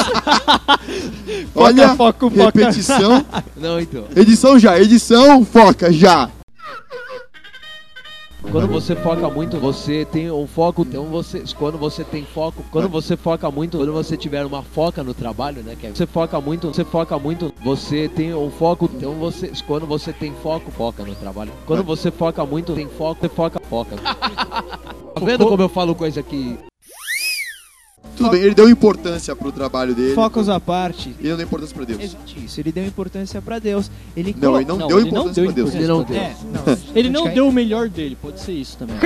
Olha,
foco, foca.
repetição,
não então.
edição já, edição, foca já.
Quando você foca muito, você tem um foco. Então você, quando você tem foco, quando você foca muito, quando você tiver uma foca no trabalho, né? Que é- você foca muito, você foca muito, você tem um foco. Então você, quando você tem foco, foca no trabalho. Quando você foca muito, tem foco, você foca, foca. tá vendo como eu falo coisa que
Tudo bem, ele deu importância pro trabalho dele.
Focos à parte.
Ele não deu importância pra Deus.
Existe isso. Ele deu importância pra Deus. Ele
Não, ele não deu
ele
importância
deu
pra Deus.
importância
Ele não
pra
deu.
É,
Deus.
não.
Ele não deu o melhor dele, pode ser isso também.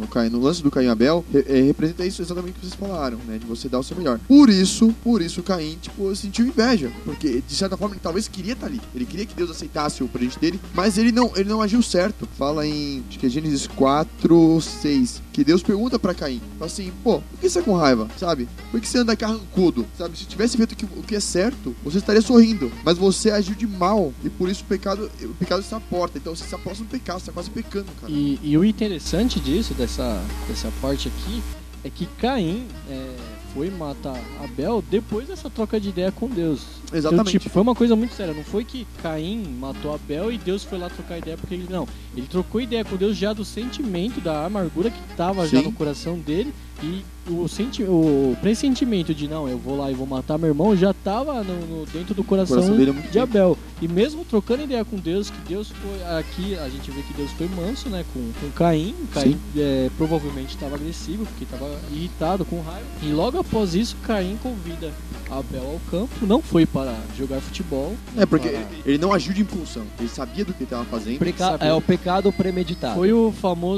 No, Caim- no lance do Caim e Abel, re- é, representa isso exatamente o que vocês falaram, né? De você dar o seu melhor. Por isso, por isso Caim, tipo, sentiu inveja. Porque, de certa forma, ele talvez queria estar ali. Ele queria que Deus aceitasse o presente dele, mas ele não, ele não agiu certo. Fala em, acho que é Gênesis 4, 6, que Deus pergunta pra Caim, fala assim, pô, por que você é com raiva, sabe? Por que você anda carrancudo, sabe? Se tivesse feito o que, o que é certo, você estaria sorrindo, mas você agiu de mal, e por isso o pecado, o pecado está à porta. Então você se aproxima do pecado, você está quase pecando, cara.
E, e o interessante disso, dessa, dessa parte aqui, é que Caim é, foi matar Abel depois dessa troca de ideia com Deus. Então,
Exatamente.
tipo, foi uma coisa muito séria. Não foi que Caim matou Abel e Deus foi lá trocar ideia porque ele. Não. Ele trocou ideia com Deus já do sentimento, da amargura que tava já
Sim.
no coração dele. E o, senti o pressentimento de não, eu vou lá e vou matar meu irmão já tava no, no- dentro do
O
coração,
coração dele é muito
de Abel. E mesmo trocando ideia com Deus, que Deus foi. Aqui a gente vê que Deus foi manso, né? Com, com Caim. Caim é, provavelmente estava agressivo, porque estava irritado, com raiva. E logo após isso, Caim convida Abel ao campo. Não foi para jogar futebol.
É, porque
para-
ele, ele não agiu de impulsão. Ele sabia do que ele tava fazendo.
preca-
Sabe?
é o pecado premeditado.
Foi o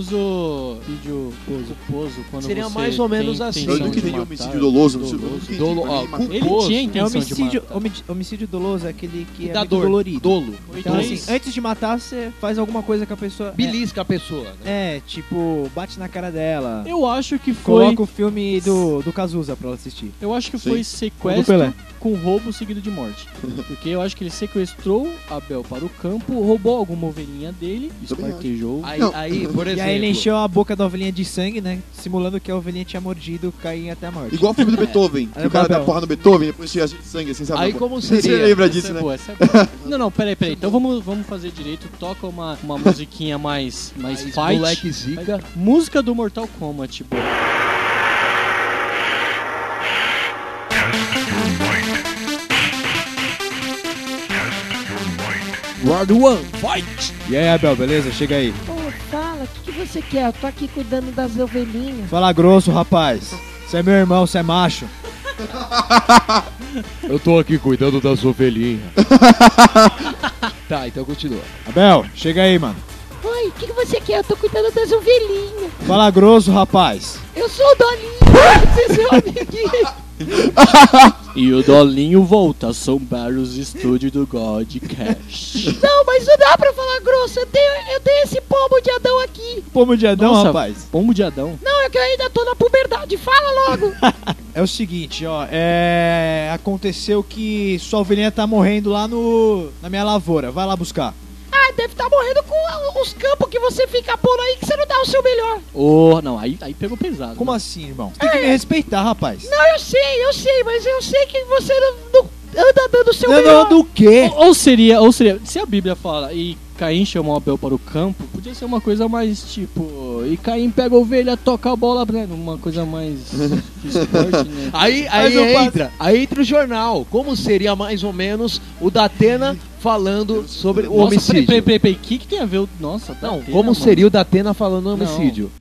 famoso vídeo culposo quando
Seria
você
mais ou
tem
menos assim.
intenção
Eu nunca
de
entendi
matar.
homicídio doloso. não sei-
um Doloso.
nunca entendi,
Dolo-
pra mim,
ó,
ma-
culpa.
Ele tinha
É
intenção de
homicídio,
matar. um
homicídio, homicídio doloso é aquele que
Que
é
dá
muito
dor,
dolorido.
dolo.
Então, assim,
Dois.
antes de matar, você faz alguma coisa com a pessoa.
Belisca a pessoa, né?
É, é, tipo, bate na cara dela.
Eu acho que foi.
Coloca o filme do, do Cazuza pra ela assistir.
Eu acho que
Sim.
foi
Do
sequestro
Pelé.
com roubo seguido de morte. Porque eu acho que ele sequestrou Abel para o campo, roubou alguma ovelhinha dele,
Também acho.
esparquejou.
Aí,
Não.
aí, por
E
exemplo.
aí ele encheu a boca da ovelhinha de sangue, né? Simulando que a ovelhinha tinha mordido, caía até a morte.
Igual o filme do Beethoven. que
Aí
o cara
Babel.
dá porra no Beethoven e depois cheia de sangue, assim, sabe?
Aí
Pô,
como
Você
seria?
lembra
Essa
disso,
é
né?
boa, essa é boa. Não, não, peraí, peraí. Então vamos, vamos fazer direito. Toca uma, uma musiquinha mais, mais
Mas
fight.
moleque zica.
Música do Mortal Kombat, tipo, boa.
Round one.
E aí, Abel, beleza? Chega aí.
Ô, fala, o que, que você quer? Eu tô aqui cuidando das ovelhinhas.
Fala grosso, rapaz. Você é meu irmão, você é macho.
Eu tô aqui cuidando das ovelhinhas. tá, então continua.
Abel, chega aí, mano.
Oi, o que, que você quer? Eu tô cuidando das ovelhinhas.
Fala grosso, rapaz.
Eu sou o Dolinho, você é seu amiguinho.
E o Dolinho volta a assombrar os estúdios do Godcast.
Não, mas não dá pra falar grosso. Eu tenho, eu tenho esse pombo de Adão aqui.
Pomo de Adão,
Nossa.
rapaz.
Pombo de Adão.
Não, é que eu ainda tô na puberdade. Fala logo.
É o seguinte, ó, é. Aconteceu que sua ovelhinha tá morrendo lá no. na minha lavoura. Vai lá buscar.
Ah, deve estar morrendo com os campos que você fica por aí que você não dá o seu melhor.
Oh, não, aí, aí pegou pesado.
Como assim, irmão? Você tem que me respeitar, rapaz.
Não, eu sei, eu sei, mas eu sei que você não, não anda dando o seu
Não,
melhor.
não, do quê?
Ou, ou seria, ou seria, se a Bíblia fala e Caim chamou Abel para o campo, podia ser uma coisa mais tipo, e Caim pega a ovelha, toca a bola, né? Uma coisa mais de esporte, né?
Aí,
Mas
aí
eu faço-
entra, aí entra o jornal. Como seria mais ou menos o Datena falando sobre o
Nossa, peraí, peraí,
homicídio?
peraí, peraí, o que, que tem a ver? o- Nossa,
Não,
Datena,
como
mano.
seria o Datena falando homicídio?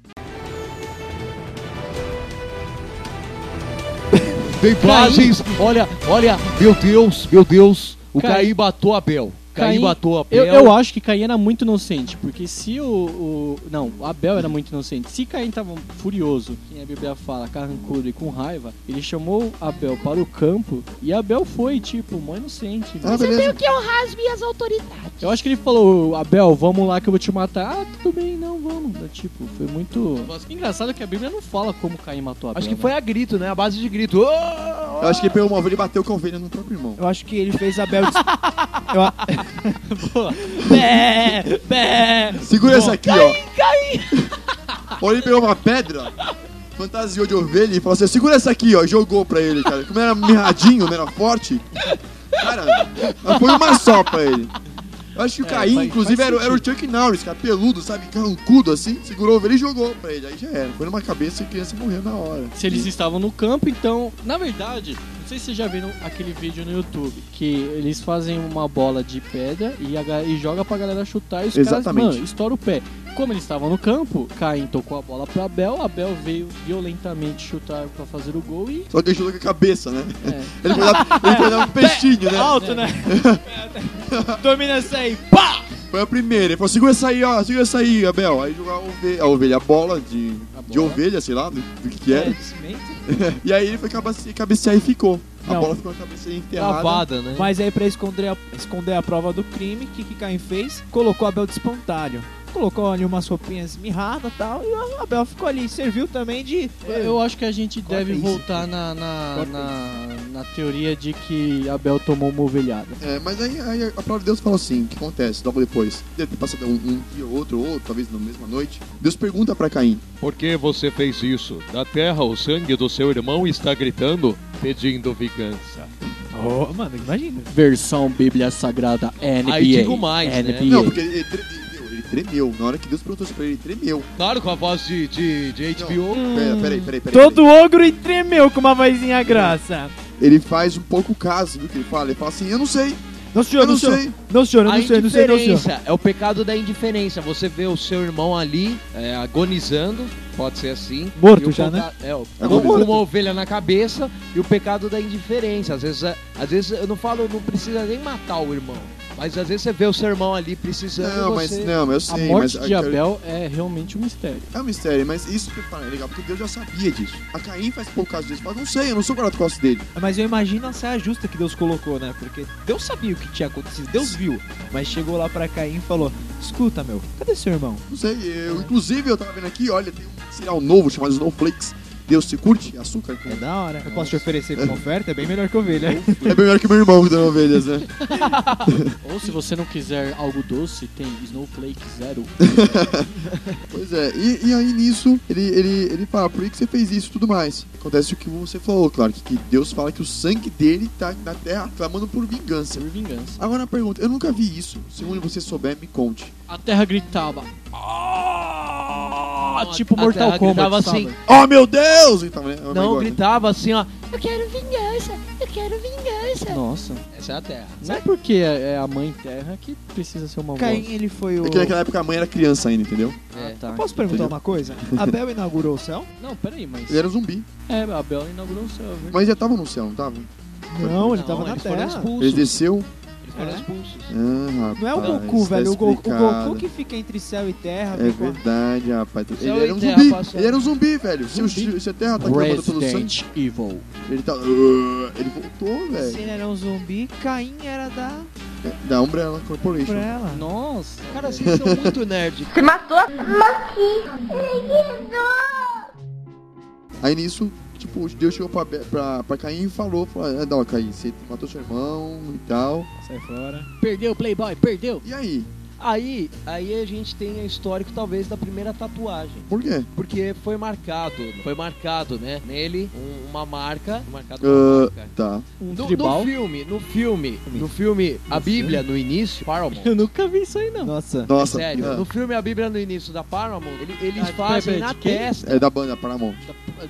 Tem imagens, olha, olha, meu Deus, meu Deus, o
Caim.
Caim matou Abel. Caim
Caim-
matou
Eu,
Abel.
eu acho que Caim era muito inocente, porque se o, o- Não, o Abel era muito inocente. Se Caim tava furioso, quem a Bíblia fala, carrancudo e com raiva, ele chamou Abel para o campo e Abel foi, tipo, mó inocente.
Ah,
velho.
Você
beleza.
tem que honrar as minhas autoridades.
Eu acho que ele falou, Abel, vamos lá que eu vou te matar. Ah, tudo bem, não, vamos. É, Tipo, foi muito. Engraçado que a Bíblia não fala como Caim matou Abel.
Acho que
né?
foi a grito, né? A base de grito. Ô, ô,
Eu acho que ele pegou uma ovelha e bateu com a ovelha no próprio irmão.
Eu acho que ele fez Abel. des- Eu a-
Bé, bé.
Segura essa aqui, ó. Ou ele pegou uma pedra, fantasiou de ovelha e falou assim: segura essa aqui, ó. e Jogou pra ele, cara. Como era mirradinho, não era forte. Cara, ela foi uma só pra ele. Eu acho que o Caim,
É, faz-
inclusive,
faz
era, era o Chuck Norris, cara, peludo, sabe? Carrancudo assim, segurou a ovelha e jogou pra ele. Aí já era. Foi numa cabeça e a criança morreu na hora.
Se eles estavam no campo, então. Na verdade, não sei se vocês já viram aquele vídeo no YouTube que eles fazem uma bola de pedra e, a ga- e joga pra galera chutar e os
Exatamente.
caras, mano, estoura o pé. Como eles estavam no campo, Caim tocou a bola pra Abel, Abel veio violentamente chutar pra fazer o gol e.
Só que ele jogou com a cabeça, né?
É.
Ele foi dar, ele foi dar um peixinho, né?
Alto, né? Domina essa aí. Pá!
Foi a primeira. Ele falou, segura essa aí, ó, segura essa aí, Abel. Aí jogou a ovelha, a, ovelha, a bola de, de
bola.
ovelha, sei lá, do, do que que
É,
era.
cimento.
E aí ele foi cabece- cabecear e ficou. A
Não.
bola ficou na cabeceira enterrada.
Lavada, né?
Mas aí, pra esconder a, esconder a prova do crime, o que, que Caim fez? Colocou Abel de espantalho. Colocou ali umas roupinhas mirradas e tal. E o Abel ficou ali. Serviu também de.
Eu acho que a gente deve
isso,
voltar na, na,
Corta
na, na teoria de que Abel tomou uma ovelhada.
É, mas aí, aí a palavra de Deus fala assim, o que acontece logo depois? Deve ter passado um, um dia ou outro, ou talvez na mesma noite. Deus pergunta pra Caim.
Por que você fez isso? Da terra, o sangue do seu irmão está gritando, pedindo vingança.
Oh, mano, imagina.
Versão Bíblia Sagrada NBA.
Aí digo mais, né?
NBA.
Não, porque ele, ele tremeu, ele tremeu. Na hora que Deus perguntou isso pra ele, ele tremeu.
Claro, com a voz de, de, de
Não,
HBO.
Pera, peraí, peraí, peraí.
Todo ogro e tremeu com uma vozinha graça.
Ele faz um pouco caso do que ele fala. Ele fala assim, eu não sei,
Não,
eu
senhor,
não
não, senhor.
sei.
Não, senhor,
A
não, senhor, não, senhor, não, senhor.
indiferença é o pecado da indiferença. Você vê o seu irmão ali é, agonizando, pode ser assim.
Morto
e o
já, né?
conta- É, o-
É
com
morto.
uma ovelha na cabeça e o pecado da indiferença. Às vezes, é- às vezes eu não falo, não precisa nem matar o irmão. Mas às vezes você vê o seu irmão ali precisando
Não,
e
mas
você...
não, é eu
A
sei.
morte
mas
de Abel é realmente um mistério.
É um mistério, mas isso que eu falo é legal, porque Deus já sabia disso. A Caim faz pouco caso disso, fala, não sei, eu não sou guardado costas dele.
Mas eu imagino a saia justa que Deus colocou, né? Porque Deus sabia o que tinha acontecido, Deus viu. Mas chegou lá pra Caim e falou: Escuta, meu, cadê seu irmão?
Não sei, eu, inclusive eu tava vendo aqui, olha, tem um cereal novo chamado Snowflakes. Deus se curte? Açúcar?
É da hora. Eu posso te oferecer como oferta, é bem melhor que ovelha.
É bem melhor que meu irmão que dando ovelhas, né?
Ou se você não quiser algo doce, tem Snowflake Zero.
Pois é, e, e aí nisso ele, ele, ele fala, por que que você fez isso e tudo mais? Acontece o que você falou, claro, que, que Deus fala que o sangue dele tá na terra clamando por vingança.
Por vingança.
Agora a pergunta, eu nunca vi isso. Se um de vocês souber, me conte.
A terra gritava. "Ah!" tipo
a
Mortal
terra
Kombat.
gritava
sabe?
assim.
Oh meu Deus! Então, né?
Não,
Oh, my God, né?
gritava assim, ó.
Eu quero vingança, eu quero vingança.
Nossa.
Essa é a terra.
Não é porque é é a mãe terra que precisa ser uma voz.
Caim, ele foi o.
É que é- naquela época a mãe era criança ainda, entendeu?
Ah, tá.
Posso perguntar uma coisa? Abel inaugurou o céu?
Não, peraí, mas.
Ele era um zumbi.
É, Abel inaugurou o céu, viu?
Mas já tava no céu, não tava?
Não, ele
Não,
tava na
eles foram
terra.
expulsos.
Ele desceu.
Eles foram
É?
expulsos.
Ah, rapaz.
Não é o Goku,
tá
velho. O Goku, o
explicado.
Goku que fica entre céu e terra.
É
fica-
verdade, rapaz. Ele
Céu
era
e
um
terra
zumbi.
passou.
Ele era um zumbi, velho. Se, o, se a terra tá clamando pelo sangue,
Resident Evil.
ele tá. Ele voltou,
Se
velho.
ele era um zumbi, Caim era da
Da Umbrella Corporation.
Umbrella.
Nossa.
Cara, vocês são muito nerd.
Se matou?
Aí nisso, tipo, Deus chegou pra, Abel- pra, pra Caim e falou: falou "Ah, Não, Caim, você matou seu irmão e tal.
Sai fora.
Perdeu, Playboy, perdeu.
E aí?
Aí, aí a gente tem o histórico, talvez, da primeira tatuagem.
Por quê?
Porque foi marcado, foi marcado, né? Nele, um- uma marca. Marcado uma
Ah,
marca.
tá.
Um
No,
tribal.
no filme, no filme, no filme, a Bíblia no início, Paramount.
Eu nunca vi isso aí, não.
Nossa.
Nossa.
É Sério,
ah,
no filme A Bíblia no início da Paramount, ele- eles
Ah,
fazem
peraí,
na
de quem?
testa.
É da banda Paramount.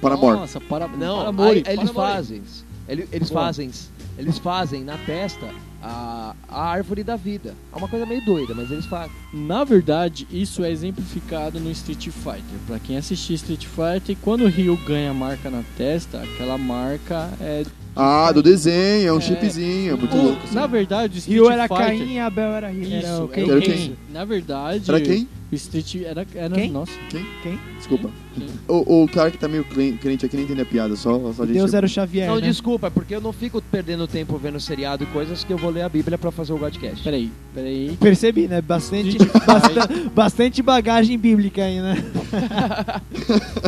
Paramore.
Nossa, para,
Não,
para
aí
Mori,
eles
para Mori.
fazem. Ele- Eles
Boa.
fazem. Eles fazem na testa a, a árvore da vida. É uma coisa meio doida, mas eles fazem.
Na verdade, isso é exemplificado no Street Fighter. Pra quem assistir Street Fighter, quando o Ryu ganha a marca na testa, aquela marca é.
Ah, do desenho, é um
É.
chipzinho, é muito
O-
louco.
na verdade, o Street
Ryu era
Fighter.
Caim e Abel era Ryu.
Isso, era o
Era quem?
Ken. Na verdade,
Era quem?
o Street era. era
Quem?
Nossa.
Desculpa. O, o cara que tá meio clen- crente aqui nem entende a piada, só, só a gente.
Deus era o Xavier,
não,
né?
desculpa, é porque eu não fico perdendo tempo vendo seriado e coisas que eu vou ler a Bíblia pra fazer o podcast.
Peraí, peraí.
Percebi, né? Bastante,
Street Fighter.
basta- bastante bagagem bíblica aí, né?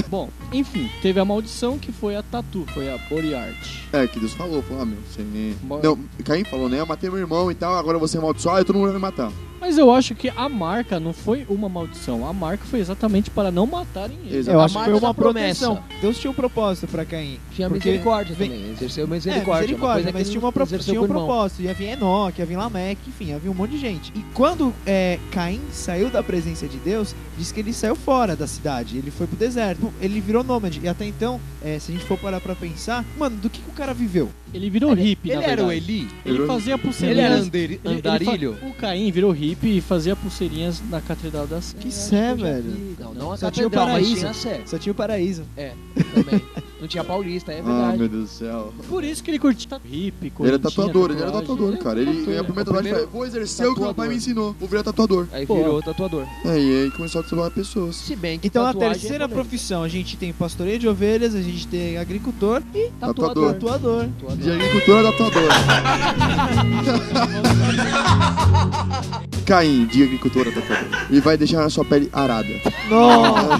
Bom, enfim, teve a maldição que foi a Tatu, foi a Boriart.
É, que Deus falou, falou, ah, meu, você.
Bora.
Não, Caim falou, né? Eu matei meu irmão e tal, agora você é amaldiçoado e todo mundo vai me matar.
Mas eu acho que a marca não foi uma maldição. A marca foi exatamente para não matarem ele.
Exato.
Eu
A
acho que
marca
foi uma
da promessa.
proteção. Deus tinha um propósito pra Caim.
Tinha
Porque-
misericórdia
vem-
também, exerceu misericórdia.
Misericórdia,
uma coisa
misericórdia
que
mas
ele
tinha, uma pro...
exerceu
tinha um
com o irmão.
propósito. Ia vir Enoque, ia vir Lameque, enfim, ia vir um monte de gente. E quando é, Caim saiu da presença de Deus, diz que ele saiu fora da cidade, ele foi pro deserto, ele virou nômade. E até então, é, se a gente for parar pra pensar, mano, do que, que o cara viveu?
Ele virou hippie,
Ele
na
era o
verdade.
Eli?
Ele fazia pulseirinhas.
Ele era anderi-
Ele- ele fa-
andarilho?
O Caim virou hippie e fazia pulseirinhas na Catedral da Sé.
Que sé, velho.
Não, não a
Só tinha o
catedral, mas
paraíso.
tinha a Sé
Só tinha o paraíso.
também. não tinha paulista, é
Ah,
verdade.
meu Deus do céu.
Por isso que ele curtia hippie,
Ele era
correntinha,
tatuador, ele era
tatuagem.
tatuador, cara. Ele, é a primeira
O
tatuagem
primeiro
foi, vou exercer o que meu pai
tatuador.
me ensinou, vou virar tatuador.
Aí
Pô.
virou tatuador.
Aí, aí começou a tatuar pessoas.
Se bem que
Então, na
tatuagem é
terceira
polêmica.
profissão, a gente tem pastoreio de ovelhas, a gente tem agricultor e
Tatuador.
tatuador.
De agricultor a tatuador. Caim, de agricultor a tatuador. E vai deixar a sua pele arada.
Nossa!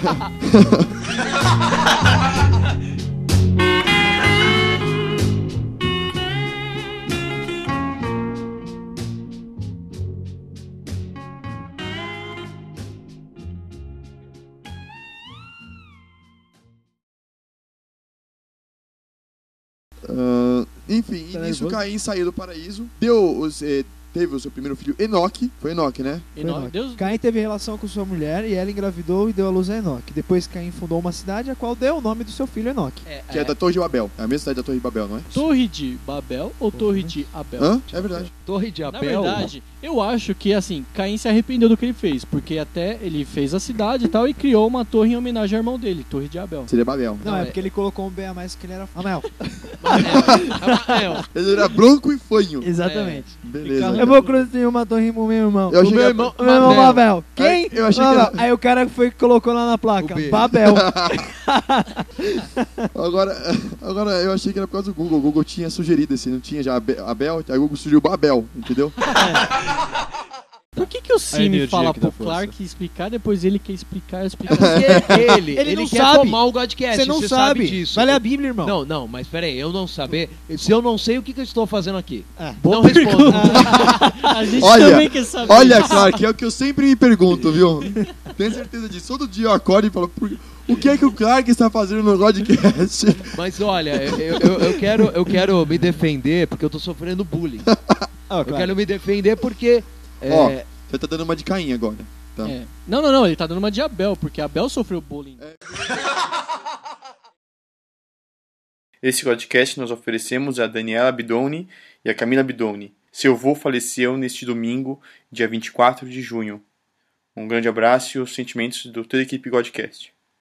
Ah, enfim, e
Tá
nisso
nervoso?
Caim saiu do paraíso, deu os, eh, teve o seu primeiro filho, Enoque. Foi Enoque, né?
E não- Deus,
Caim teve relação com sua mulher e ela engravidou e deu à luz a Enoque. Depois Caim fundou uma cidade a qual deu o nome do seu filho Enoque.
É,
Que é. da Torre de Babel. É a mesma cidade da Torre de Babel, não é?
Torre de Babel ou Torre de Abel?
Hã? É verdade.
Torre de
Na
Abel.
verdade, eu acho que assim, Caim se arrependeu do que ele fez, porque até ele fez a cidade e tal e criou uma torre em homenagem ao irmão dele, Torre de Abel.
Seria Babel.
Não,
Não,
é
é-
porque ele colocou um bem a mais que ele era. Amel.
Abel.
Ele era branco e
É.
fanho.
Exatamente. Eu
Beleza.
vou construir uma torre pro meu irmão.
Eu achei
o meu
que-
irmão, o meu irmão
Mabel.
Babel. Quem?
Aí, eu achei que
Babel.
era-
Aí o cara foi que colocou lá na placa.
O B.
Babel.
Agora, agora eu achei que era por causa do Google. O Google tinha sugerido assim, não tinha já Abe- Abel, aí o Google sugeriu Babel, entendeu?
Por que, que o Cine
energia
fala
que dá
pro
força.
Clark explicar, depois ele quer explicar, eu explicar?
Porque ele, ele,
não
quer
sabe.
tomar o Godcast.
É,
Você não sabe.
disso.
Vale a Bíblia, irmão.
Não, não, mas peraí, eu não saber. Se eu não sei, o que, que eu estou fazendo aqui?
Ah,
não respondo.
a gente
Olha,
também quer saber.
Olha, Clark, é o que eu sempre me pergunto, viu? Tenho certeza disso. Todo dia eu acordo e falo, "Por- o que é que o Clark está fazendo no podcast?
Mas olha, eu, eu, eu quero, eu quero me defender porque eu tô sofrendo bullying.
Ah,
Eu
claro.
quero me defender porque. é,
Ó. Você tá dando uma de cainha agora. Tá.
É. Não, não, não, ele tá dando uma de Abel, porque Abel sofreu bullying.
Esse podcast nós oferecemos a Daniela Bidoni e a Camila Bidoni. Seu avô faleceu neste domingo, dia 24 de junho. Um grande abraço e os sentimentos do toda a equipe Godcast.